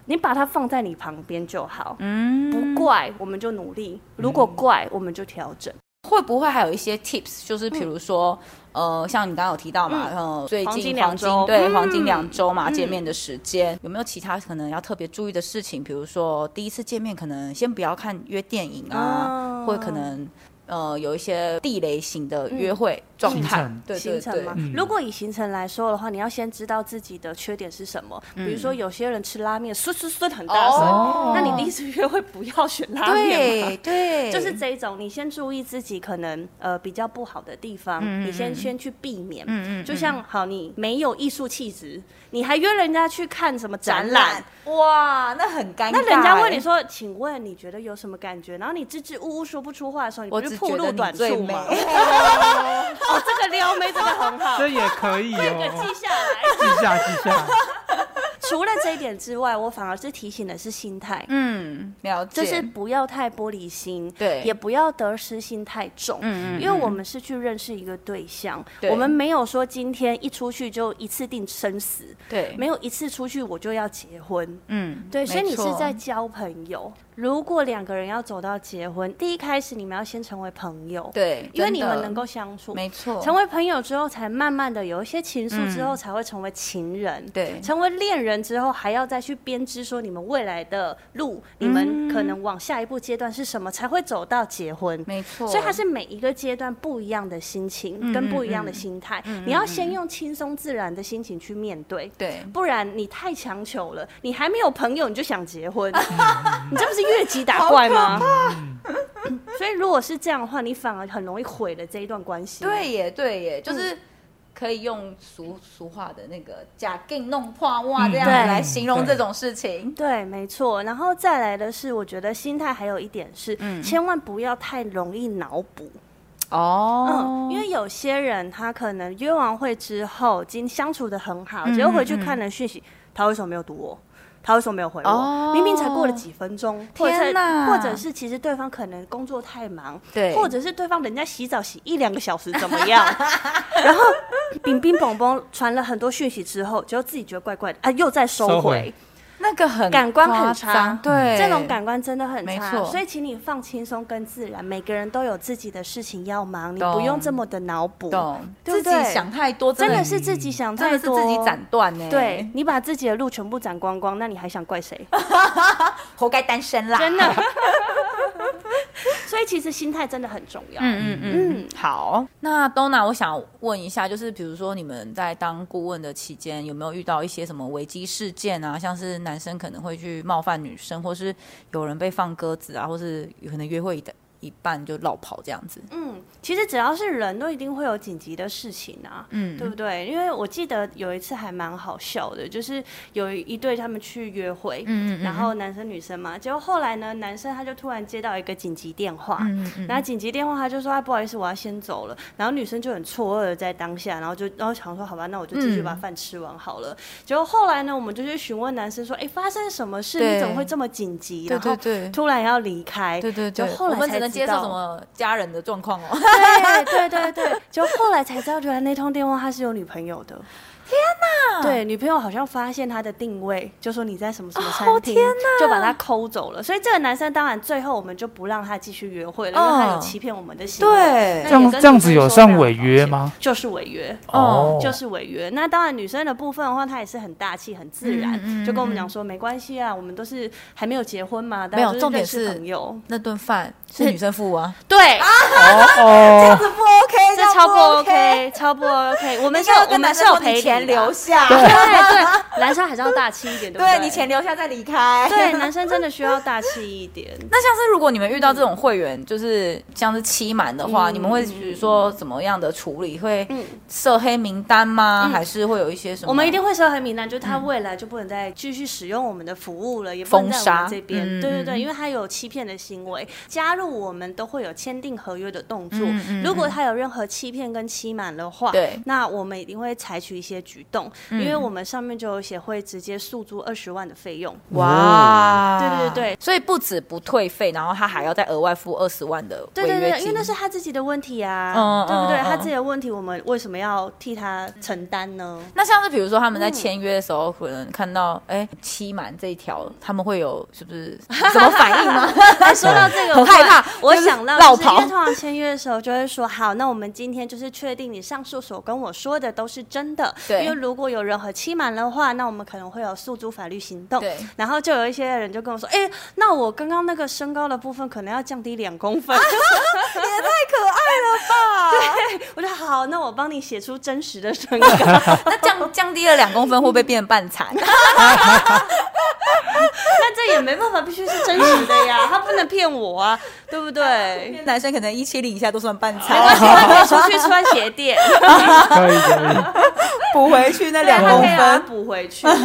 Speaker 3: 你把它放在你旁边就好。
Speaker 1: 嗯，
Speaker 3: 不怪我们就努力，如果怪我们就调整。
Speaker 1: 会不会还有一些 tips？就是比如说，呃，像你刚刚有提到嘛，呃，最
Speaker 3: 嗯黄金
Speaker 1: 近
Speaker 3: 两
Speaker 1: 黄金
Speaker 3: 周
Speaker 1: 对
Speaker 3: 嗯
Speaker 1: 黄金两周嘛，见面的时间有没有其他可能要特别注意的事情？比如说第一次见面，可能先不要看约电影啊
Speaker 3: 哦，
Speaker 1: 或者可能呃有一些地雷型的约会状态
Speaker 2: 行程，
Speaker 1: 对
Speaker 3: 嗯行
Speaker 1: 对
Speaker 3: 程
Speaker 1: 对
Speaker 3: 吗，？
Speaker 2: 嗯
Speaker 3: 如果以行程来说的话，你要先知道自己的缺点是什么。
Speaker 1: 嗯
Speaker 3: 比如说，有些人吃拉面，嗖嗖嗖很大声，
Speaker 2: 哦
Speaker 3: 那你第一次约会不要选拉面嘛
Speaker 1: 对对，
Speaker 3: 就是这一种，你先注意自己可能呃比较不好的地方，你先先去避免。
Speaker 1: 嗯嗯嗯
Speaker 3: 就像好，你没有艺术气质，你还约人家去看什么展览
Speaker 4: 览，哇，那很尴尬欸。
Speaker 3: 那人家问你说：“请问你觉得有什么感觉？”然后你支支吾吾说不出话的时候，你不
Speaker 1: 我
Speaker 3: 是
Speaker 1: 只
Speaker 3: 暴
Speaker 1: 觉
Speaker 3: 露
Speaker 1: 得
Speaker 3: 短
Speaker 1: 你最
Speaker 3: 处
Speaker 1: 美
Speaker 3: 吗？。哦，这个撩妹真的很好，
Speaker 2: 这也可以
Speaker 3: 这个
Speaker 2: 哦，
Speaker 3: 记下来。
Speaker 2: 记下记下。
Speaker 3: 除了这一点之外，我反而是提醒的是心态。
Speaker 1: 嗯，了解，
Speaker 3: 就是不要太玻璃心，
Speaker 1: 对
Speaker 3: 也不要得失心太重，
Speaker 1: 嗯嗯
Speaker 3: 因为我们是去认识一个对象，
Speaker 1: 对
Speaker 3: 我们没有说今天一出去就一次定生死，
Speaker 1: 对，
Speaker 3: 没有一次出去我就要结婚，
Speaker 1: 嗯，
Speaker 3: 对，
Speaker 1: 没
Speaker 3: 所以你是
Speaker 1: 错
Speaker 3: 在交朋友。如果两个人要走到结婚，第一开始你们要先成为朋友，，
Speaker 1: 对，
Speaker 3: 因为
Speaker 1: 真
Speaker 3: 你们
Speaker 1: 的
Speaker 3: 能够相处，
Speaker 1: 没错，
Speaker 3: 成为朋友之后，才慢慢的有一些情愫，
Speaker 1: 嗯
Speaker 3: 之后才会成为情人。
Speaker 1: 对
Speaker 3: 成为恋人之后，还要再去编织说你们未来的路，
Speaker 1: 嗯
Speaker 3: 你们可能往下一步阶段是什么，才会走到结婚。
Speaker 1: 没错，嗯
Speaker 3: 所以它是每一个阶段不一样的心情跟不一样的心态，你要先用轻松自然的心情去面对。
Speaker 1: 对。
Speaker 3: 不然你太强求了，你还没有朋友你就想 结婚，你这不是越级打怪吗？嗯所以如果是这样的话，你反而很容易毁了这一段关系。
Speaker 1: 对耶，对耶，
Speaker 3: 嗯
Speaker 1: 就是可以用俗俗话的那个“假定弄破袜”这样子
Speaker 3: 嗯对
Speaker 1: 来形容这种事情。
Speaker 3: 对，没错。然后再来的是，我觉得心态还有一点是，
Speaker 1: 嗯
Speaker 3: 千万不要太容易脑补。
Speaker 1: 哦
Speaker 3: 嗯，因为有些人他可能约完会之后，经相处的很好，
Speaker 1: 嗯
Speaker 3: 结果回去看了讯息，他为什么没有读我？他为什么没有回我？
Speaker 1: 哦
Speaker 3: 明明才过了几分钟，或者
Speaker 1: 天哪
Speaker 3: 或者是其实对方可能工作太忙，
Speaker 1: 对
Speaker 3: 或者是对方人家洗澡洗一两个小时怎么样？ 然后冰冰蹦蹦传了很多讯息之后，就自己觉得怪怪的啊，又在收
Speaker 2: 收回
Speaker 3: 回
Speaker 1: 那个很
Speaker 3: 感官很
Speaker 1: 夸
Speaker 3: 差
Speaker 1: 张对，
Speaker 3: 这种感官真的很
Speaker 1: 没
Speaker 3: 差，
Speaker 1: 错
Speaker 3: 所以请你放轻松跟自然，每个人都有自己的事情要忙，你
Speaker 1: 懂
Speaker 3: 不用这么的脑补，
Speaker 1: 懂，
Speaker 3: 对不
Speaker 1: 自己
Speaker 3: 对
Speaker 1: 想太多，
Speaker 3: 真
Speaker 1: 真
Speaker 3: 的
Speaker 1: 的
Speaker 3: 是自己想
Speaker 1: 真
Speaker 3: 太
Speaker 1: 的是
Speaker 3: 多，
Speaker 1: 自己斩断欸呢。
Speaker 3: 对，你把自己的路全部斩光光，那你还想 怪谁？
Speaker 1: 活该单身啦。
Speaker 3: 真的。 所以其实心态真的很重要。
Speaker 1: 嗯嗯嗯，好。那 Donna，我想问一下，就是比如说你们在当顾问的期间，有没有遇到一些什么危机事件啊？像是男生可能会去冒犯女生，或是有人被放鸽子啊，或是有可能约会的一半就落跑这样子。
Speaker 3: 嗯，其实只要是人都一定会有紧急的事情啊，
Speaker 1: 嗯，
Speaker 3: 对不对？因为我记得有一次还蛮好笑的，就是有一对他们去约会，
Speaker 1: 嗯
Speaker 3: 然后男生女生嘛，结果后来呢，男生他就突然接到一个紧急电话，
Speaker 1: 嗯嗯
Speaker 3: 然后紧急电话他就说啊不好意思，我要先走了。然后女生就很错愕的在当下，然后就然后想说好吧，那我就继续把
Speaker 1: 嗯
Speaker 3: 饭吃完好了。结果后来呢，我们就去询问男生说，哎，发生什么事？
Speaker 1: 对
Speaker 3: 你怎么会这么紧急？
Speaker 1: 对
Speaker 3: 然
Speaker 1: 对
Speaker 3: 后
Speaker 1: 对
Speaker 3: 突然要离开，
Speaker 1: 对对
Speaker 3: 就
Speaker 1: 对，
Speaker 3: 后来
Speaker 4: 我们
Speaker 3: 才
Speaker 4: 只能
Speaker 3: 知
Speaker 4: 接受
Speaker 3: 道
Speaker 4: 什 么家人的状况哦。
Speaker 3: 对对对 对，就后来才知道，原来那通电话他是有女朋友的。天哪！对，女朋友好像发现他的定位，就说你在什么什么
Speaker 1: 哦
Speaker 3: 餐厅，就把他抠走了。所以这个男生当然最后我们就不让他继续约会了，因为他有
Speaker 1: 嗯
Speaker 3: 欺骗我们的行为。
Speaker 1: 对
Speaker 3: 那
Speaker 2: 这
Speaker 3: 也
Speaker 2: 样
Speaker 3: 跟
Speaker 2: 这样子
Speaker 3: 女生
Speaker 2: 有
Speaker 3: 说
Speaker 2: 算
Speaker 3: 非常
Speaker 2: 违
Speaker 3: 抱
Speaker 2: 约
Speaker 3: 歉
Speaker 2: 吗？
Speaker 3: 就是违约。
Speaker 1: 哦
Speaker 3: 就是违约。那当然，女生的部分的话，她也是很大气、很自然，
Speaker 1: 嗯嗯嗯
Speaker 3: 就跟我们讲说没关系啊，我们都是还没有结婚嘛，大
Speaker 1: 没有
Speaker 3: 家就是
Speaker 1: 重点
Speaker 3: 认识
Speaker 1: 是
Speaker 3: 朋友。
Speaker 1: 那顿饭是女生付 啊，
Speaker 3: 对，
Speaker 2: 哦哦，
Speaker 4: 这不 OK，
Speaker 3: 这超不 OK，超 不 OK。我们
Speaker 4: 你
Speaker 3: 是
Speaker 4: 就
Speaker 3: 有，
Speaker 4: 要
Speaker 3: 我
Speaker 4: 跟
Speaker 3: 们
Speaker 4: 男
Speaker 3: 是
Speaker 4: 生
Speaker 3: 有
Speaker 4: 说
Speaker 3: 赔
Speaker 4: 你
Speaker 3: 礼的
Speaker 4: 钱 留下，
Speaker 3: 对对，男生还是要大气一点，对不
Speaker 4: 对
Speaker 3: 对？
Speaker 4: 你钱留下再离开。
Speaker 3: 对 男生真的需要大气一 点。
Speaker 1: 那像是如果你们遇到这种会员，就是像是欺瞒的话，
Speaker 3: 嗯
Speaker 1: 你们会比如说怎么样的处理？会
Speaker 3: 嗯
Speaker 1: 设黑名单吗？
Speaker 3: 嗯
Speaker 1: 还是会有一些什么？
Speaker 3: 我们一定
Speaker 4: 嗯
Speaker 3: 会设很明单，就是他未来就不能再继续使用我们的服务了，也不
Speaker 1: 封
Speaker 3: 能在我
Speaker 1: 杀
Speaker 3: 们这边。
Speaker 1: 嗯
Speaker 3: 对对
Speaker 1: 嗯
Speaker 3: 对，因为他有欺骗的行为，加入我们都会有签订合约的动作。
Speaker 1: 嗯嗯
Speaker 3: 如果他有任何欺骗跟欺瞒的话，
Speaker 1: 对
Speaker 3: 那我们一定会采取一些举动，
Speaker 4: 嗯
Speaker 3: 因为我们上面就有写会直接诉诸二十万的
Speaker 4: 嗯
Speaker 3: 费用。
Speaker 2: 哦
Speaker 1: 哇，
Speaker 3: 啊对对对对，
Speaker 1: 所以不止不退费，然后他还要再额外付二十万的违
Speaker 3: 对对
Speaker 1: 约
Speaker 3: 对，因为
Speaker 1: 金
Speaker 3: 那。是他自己的问题啊，
Speaker 1: 嗯
Speaker 3: 对不对？
Speaker 1: 嗯
Speaker 3: 他
Speaker 1: 嗯
Speaker 3: 自己的问题，我们为什么要替他承担呢？
Speaker 1: 那像是比如说他们在签约的时候，可能看到哎欺瞒这一条，他们会有是不 是什么反应吗？
Speaker 3: 哎，说到这个，
Speaker 1: 很
Speaker 3: 我突
Speaker 1: 害
Speaker 3: 然
Speaker 1: 怕
Speaker 3: 我
Speaker 1: 就是
Speaker 3: 想到
Speaker 1: 绕
Speaker 3: 就是因为
Speaker 1: 跑
Speaker 3: 通常签约的时候就会说，好，那我们今天就是确定你上述所跟我说的都是真的。
Speaker 1: 对
Speaker 3: 因为如果有任何欺瞒的话，那我们可能会有诉诸法律行动。
Speaker 1: 对。
Speaker 3: 然后就有一些人就跟我说，哎、那我刚刚那个身高的部分可能要降低两 公分。 我说好，那我帮你写出真实的 身高。
Speaker 1: 那降降低了两公分，会不会变半残？
Speaker 3: 那这也没办法，必须是真实的呀，他不能骗我啊，对不对？
Speaker 1: 男生可能一七零以下都算半
Speaker 3: 没
Speaker 1: 残，
Speaker 3: 关系，他可以出去穿鞋垫。
Speaker 2: 可以可以，
Speaker 1: 哦补回去那
Speaker 3: 对，
Speaker 1: 两
Speaker 3: 他
Speaker 1: 公
Speaker 3: 可以把它
Speaker 1: 分。
Speaker 3: 补回 去。但因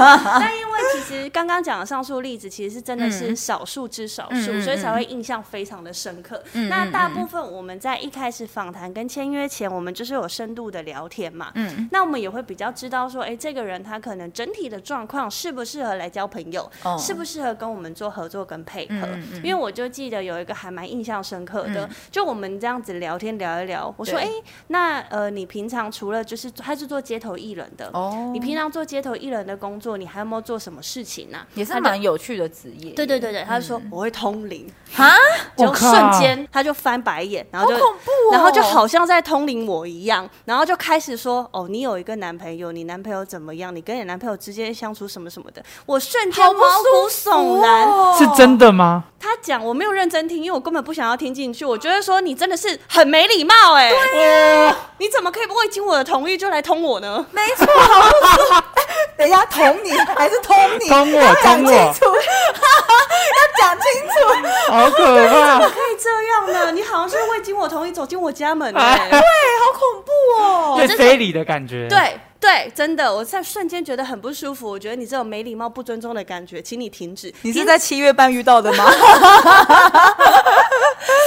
Speaker 3: 为其实刚刚讲的上述例子，其实是真的是少数之少数，
Speaker 1: 嗯嗯嗯
Speaker 3: 所以才会印象非常的深刻。那大部分我们在一开始访谈跟签约前，我们就是有深度的聊天嘛。
Speaker 1: 嗯
Speaker 3: 那我们也会比较知道说，哎、这个人他可能整体的状况适不适合来交朋友，
Speaker 1: 哦
Speaker 3: 适不适合跟我们做合作跟配合。
Speaker 1: 嗯嗯嗯嗯
Speaker 3: 因为我就记得有一个还蛮印象深刻的，就我们这样子聊天聊一聊，我说，哎、
Speaker 1: 对
Speaker 3: 那呃，你平常除了就是他是做街头艺人的，
Speaker 1: 哦
Speaker 3: 你平常做街头艺人的工作，你还有没有做什么事情呢、啊？
Speaker 1: 也是蛮有嗯趣的职业。
Speaker 3: 对对对对，他就说我会通灵，
Speaker 1: 啊，
Speaker 3: 就
Speaker 2: 我靠
Speaker 3: 瞬间他就翻白眼，然后就
Speaker 1: 好恐怖哦
Speaker 3: 然后就好像在通灵我一样，然后就开始说哦，你有一个男朋友，你男朋友怎么样？你跟你男朋友之间相处什么什么的，我瞬间
Speaker 1: 好不
Speaker 3: 毛骨
Speaker 1: 舒哦
Speaker 3: 悚然。
Speaker 2: 是真的吗？
Speaker 3: 他讲我没有认真听，因为我根本不想要听进去。我觉得说你真的是很没礼貌哎、你怎么可以不未经我的同意就来通我呢？
Speaker 1: 没错，好不舒服。 等一下，捅你还是捅你？
Speaker 2: 捅我
Speaker 1: 讲
Speaker 2: 捅我
Speaker 1: 清，楚， 要讲清楚。
Speaker 2: 好可 怕！
Speaker 3: 可以这样呢？你好像是未经我同意走进我家门哎、
Speaker 1: 好恐怖哦！
Speaker 2: 被非礼的感觉。，
Speaker 3: 对对，真的，我在瞬间觉得很不舒服。我觉得你这种没礼貌、不尊重的感觉，请你停止。
Speaker 1: 你是在七月半遇到的 吗？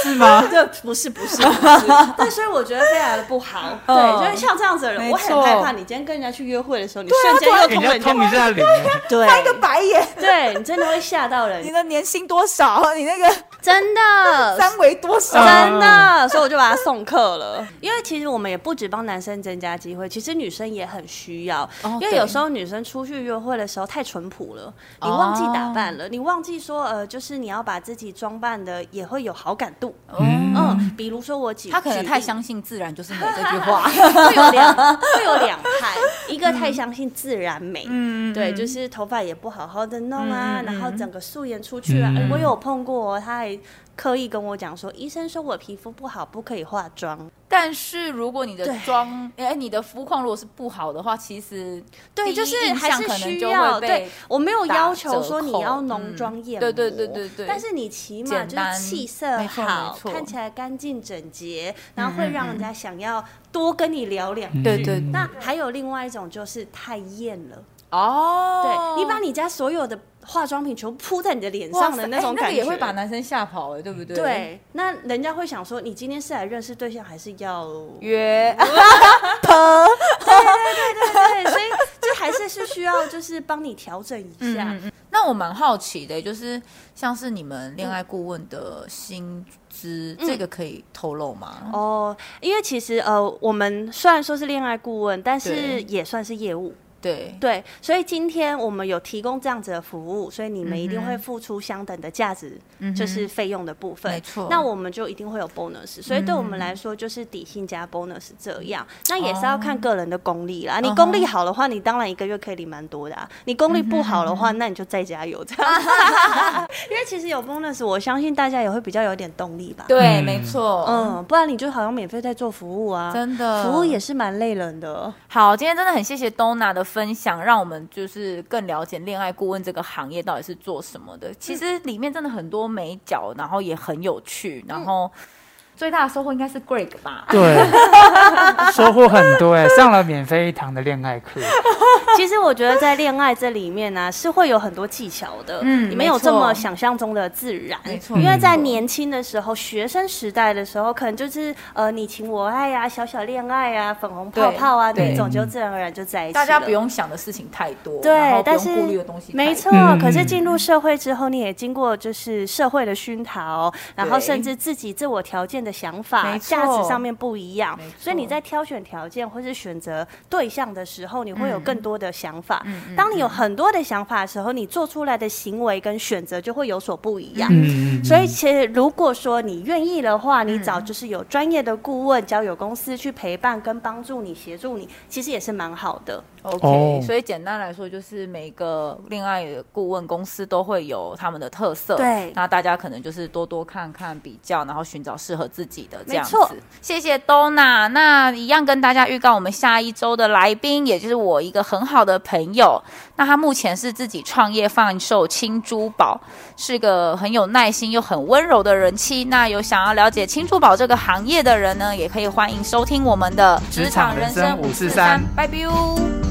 Speaker 2: 是吗？
Speaker 3: 这不是不是不是，但所以我觉得非常的不好。
Speaker 1: 嗯
Speaker 3: 对，就是像这样子的人，
Speaker 1: 没
Speaker 3: 我很害
Speaker 1: 错
Speaker 3: 怕。你今天跟人家去约会的啊时候，你瞬间又
Speaker 2: 给人
Speaker 3: 捅
Speaker 2: 家
Speaker 3: 人家
Speaker 2: 哎通一下灵，
Speaker 3: 对
Speaker 1: 翻个白眼。
Speaker 3: 对，你真的会吓到 人
Speaker 1: 你，的年薪多少？你那个
Speaker 3: 真的
Speaker 1: 三围多少？
Speaker 3: 哦真的，所以我就把他送客了。嗯 因为其实我们也不止帮男生增加机会，其实女生也很需要。
Speaker 1: 哦
Speaker 3: 因为
Speaker 1: 对
Speaker 3: 有时候女生出去约会的时候太淳朴了，你忘记打扮了，你忘记说呃，就是你要把自己装扮的也会有好感度。
Speaker 2: 嗯
Speaker 3: 嗯，比如说我举
Speaker 1: 他可能太相信自然就是美这句话。
Speaker 3: 会有两会有两派，一个太相信自然美，
Speaker 1: 嗯
Speaker 3: 对，就是头发也不好好的弄啊，
Speaker 1: 嗯嗯嗯
Speaker 3: 然后整个素颜出去啊，
Speaker 1: 哎
Speaker 2: 嗯
Speaker 3: 我有碰过哦，他还刻意跟我讲说，医生说我皮肤不好，不可以化妆。
Speaker 1: 但是如果你的
Speaker 3: 对
Speaker 1: 妆，哎、你的肤况如果是不好的话，其实
Speaker 3: 对，
Speaker 1: 第
Speaker 3: 就
Speaker 1: 一
Speaker 3: 是
Speaker 1: 印
Speaker 3: 还
Speaker 1: 象
Speaker 3: 是
Speaker 1: 可能
Speaker 3: 需
Speaker 1: 就会
Speaker 3: 要。
Speaker 1: 被
Speaker 3: 对，我没有
Speaker 1: 打
Speaker 3: 要求
Speaker 1: 折
Speaker 3: 说你
Speaker 1: 扣
Speaker 3: 要浓
Speaker 1: 嗯
Speaker 3: 妆艳
Speaker 1: 对
Speaker 3: 抹，
Speaker 1: 对对对对
Speaker 3: 但是你起码
Speaker 1: 简
Speaker 3: 就
Speaker 1: 单
Speaker 3: 是气色
Speaker 1: 没错没
Speaker 3: 好，
Speaker 1: 错
Speaker 3: 看起来干净整洁，然后会
Speaker 1: 嗯嗯
Speaker 3: 让人
Speaker 1: 嗯
Speaker 3: 家想要多跟你聊两句。
Speaker 1: 对对
Speaker 2: 嗯
Speaker 3: 那还有另外一种就是太艳了，
Speaker 1: 哦，
Speaker 3: 对你把你家所有的化妆品全部扑在你的脸
Speaker 1: 哇
Speaker 3: 上的
Speaker 1: 塞
Speaker 3: 那
Speaker 1: 哎
Speaker 3: 种
Speaker 1: 那
Speaker 3: 感
Speaker 1: 个
Speaker 3: 觉，
Speaker 1: 也会把男生吓跑、哎，对不对？
Speaker 3: 对，那人家会想说，你今天是来认识对象，还是要
Speaker 1: 约
Speaker 3: 对，所以就还是是需要就是帮你调整一
Speaker 1: 嗯
Speaker 3: 下。
Speaker 1: 那我蛮好奇的，就是像是你们恋爱顾问的薪资，
Speaker 3: 嗯
Speaker 1: 这个可以透露吗？
Speaker 3: 哦，因为其实呃，我们虽然说是恋爱顾问，但是
Speaker 1: 对
Speaker 3: 也算是业务，
Speaker 1: 对，
Speaker 3: 对，所以今天我们有提供这样子的服务，所以你们一定
Speaker 1: 嗯哼嗯
Speaker 3: 会付出相等的价值，就是费用的部分。
Speaker 1: 没错嗯
Speaker 3: 那我们就一定会有 bonus，所以对我们来说就是底薪加 bonus 这样。那
Speaker 1: 哦
Speaker 3: 也是要看个人的功力啦，你功力好的话，你当然一个月可以领蛮多的、啊；你功力不好的
Speaker 1: 嗯
Speaker 3: 话，那你就再加油这样。 因为其实有 bonus，我相信大家也会比较有点动力吧。
Speaker 1: 对，
Speaker 2: 嗯
Speaker 1: 没错，嗯，
Speaker 3: 嗯，不然你就好像免费在做服务啊，
Speaker 1: 真的
Speaker 3: 服务也是蛮累人的。
Speaker 1: 好，今天真的很谢谢 Donna 的分享，让我们就是更了解恋爱顾问这个行业到底是做什么的。其实里面真的很多美角，然后也很有趣，然后嗯最大的收获应该是 Greg 吧。
Speaker 2: 对，收获很多哎、上了免费一堂的恋爱课，
Speaker 3: 其实我觉得在恋爱这里面呢、是会有很多技巧的，
Speaker 1: 嗯
Speaker 3: 你没有
Speaker 1: 没错
Speaker 3: 这么想象中的自然，
Speaker 1: 没错
Speaker 3: 因为在
Speaker 1: 没错
Speaker 3: 年轻的时候，学生时代的时候，可能就是呃你情我爱呀、小小恋爱呀、粉红泡泡啊
Speaker 1: 对嗯
Speaker 3: 那种，就自然而然就在一起
Speaker 1: 大
Speaker 3: 了。
Speaker 1: 家不用想的事情太多，然
Speaker 3: 对
Speaker 1: 后，不
Speaker 3: 但
Speaker 1: 用
Speaker 3: 是
Speaker 1: 顾虑的东西太多
Speaker 3: 没错。
Speaker 2: 嗯
Speaker 3: 可是进入社会之后，你也经过就是社会的熏陶，然后
Speaker 1: 对
Speaker 3: 甚至自己自我条件的想法、
Speaker 1: 没错
Speaker 3: 价值上面不一样
Speaker 1: 没错，
Speaker 3: 所以你在挑选条件或是选择对象的时候，你会有
Speaker 1: 嗯
Speaker 3: 更多的想法。
Speaker 1: 嗯嗯
Speaker 3: 当你有很多的想法的时候，你做出来的行为跟选择就会有所不一样。
Speaker 2: 嗯，
Speaker 3: 所以，其实如果说你愿意的话，你
Speaker 1: 嗯
Speaker 3: 找就是有专业的顾问、交友公司去陪伴跟帮助你、协助你，其实也是蛮好的。
Speaker 1: OK，、
Speaker 2: 哦
Speaker 1: 所以简单来说，就是每个恋爱顾问公司都会有他们的特色，
Speaker 3: 对
Speaker 1: 那大家可能就是多多看看比较，然后寻找适合自己的这样子
Speaker 3: 没错。
Speaker 1: 谢谢 Donna，那一样跟大家预告，我们下一周的来宾，也就是我一个很好的朋友，那他目前是自己创业贩售青珠宝，是个很有耐心又很温柔的人妻。那有想要了解青珠宝这个行业的人呢，也可以欢迎收听我们的
Speaker 2: 职场人生
Speaker 1: 543
Speaker 2: 543
Speaker 1: 拜拜。